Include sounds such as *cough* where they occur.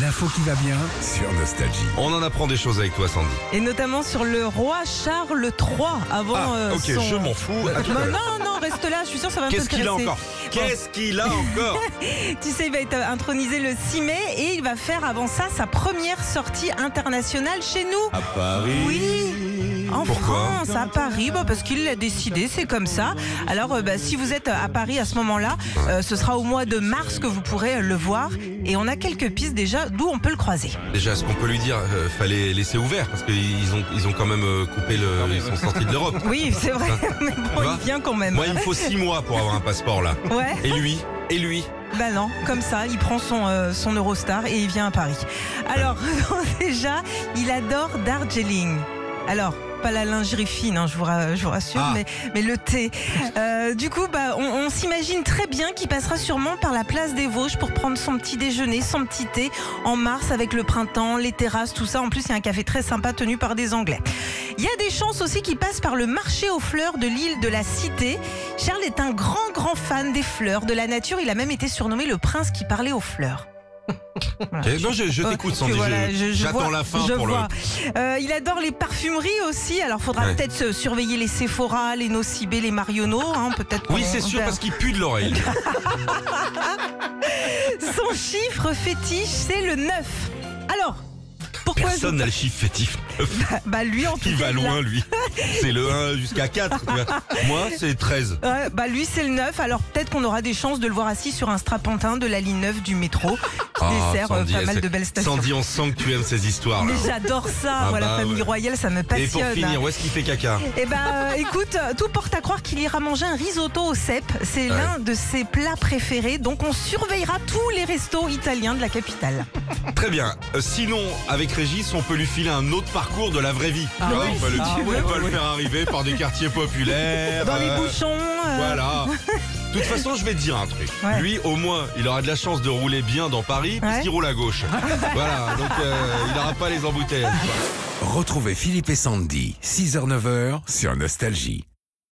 L'info qui va bien. sur Nostalgie. On en apprend des choses avec toi, Sandy. Et notamment sur le roi Charles III avant Ah, euh, Bah, ok, son- je m'en fous. À tout à Non, l'heure. non, non, reste là, je suis sûre que ça va Qu'est-ce qu'il a t'intéresser. encore Qu'est-ce qu'il a *laughs* encore Tu sais, il va être euh, intronisé le 6 mai et il va faire avant ça sa première sortie internationale chez nous. À Paris. Oui. En Pourquoi France, à Paris, bah, parce qu'il l'a décidé, c'est comme ça. Alors, euh, bah, si vous êtes à Paris à ce moment-là, euh, ce sera au mois de mars que vous pourrez euh, le voir. Et on a quelques pistes déjà d'où on peut le croiser. Déjà, ce qu'on peut lui dire, euh, fallait laisser ouvert parce qu'ils ont, ils ont quand même euh, coupé le. ils sont sortis de l'Europe. Oui, c'est vrai, *laughs* mais bon, vois il vient quand *laughs* même. Moi, il me faut six mois pour avoir un passeport là. Ouais. Et lui Et lui Bah non, comme ça, il prend son, euh, son Eurostar et il vient à Paris. Alors, *laughs* déjà, il adore Darjeeling. Alors, pas la lingerie fine, hein, je, vous, ra- je vous rassure, Ah. mais, mais le thé. Euh, du coup, bah, on, on s'imagine très bien qu'il passera sûrement par la place des Vosges pour prendre son petit déjeuner, son petit thé en mars avec le printemps, les terrasses, tout ça. En plus, il y a un café très sympa tenu par des Anglais. Il y a des chances aussi qu'il passe par le marché aux fleurs de l'île de la Cité. Charles est un grand, grand fan des fleurs, de la nature. Il a même été surnommé le prince qui parlait aux fleurs. Voilà. Eh, Non, je, je Euh, t'écoute, tu Sandy. vois, là, je- je- je J'attends vois, la fin je pour vois. Euh, il adore les parfumeries aussi. Alors, faudra Ouais. peut-être se surveiller les Sephora, les Nocibé, les Mariono. Hein, peut-être. le. Oui, qu'on- c'est on sûr verra. parce qu'il pue de *laughs* l'oreille. Son chiffre fétiche, c'est le 9. Alors, pourquoi Personne n'a le chiffre fétif. *laughs* je... Bah, lui, en tout Il cas, va il a- loin, lui. C'est le 1 jusqu'à 4. tu *laughs* vois. Moi, c'est 13. Ouais, bah lui c'est le 9, alors peut-être qu'on aura des chances de le voir assis sur un strapontin de la ligne 9 du métro qui Ah, dessert euh, Sandy, pas elle mal sait- de belles stations. Sandy, on sent que tu aimes ces histoires. Mais là. j'adore ça, Ah moi bah la famille ouais. royale ça me Et pour passionne. finir, où est-ce qu'il fait caca Eh ben euh, écoute, euh, tout porte à croire qu'il ira manger un risotto au cèpe, c'est Ouais. l'un de ses plats préférés, donc on surveillera tous les restos italiens de la capitale. Très bien. Euh, sinon, avec Régis, on peut lui filer un autre parcours de la vraie vie. Ah Tu vois, oui, on peut, le, si tu on veux. peut le faire arriver par des quartiers populaires. Dans les euh, bouchons, euh, *laughs* Voilà. De toute façon, je vais te dire un truc. Ouais. Lui, au moins, il aura de la chance de rouler bien dans Paris puisqu'il roule à *laughs* gauche. voilà, donc euh, il n'aura pas les embouteillages. Retrouvez Philippe et Sandy, 6h-9h sur Nostalgie.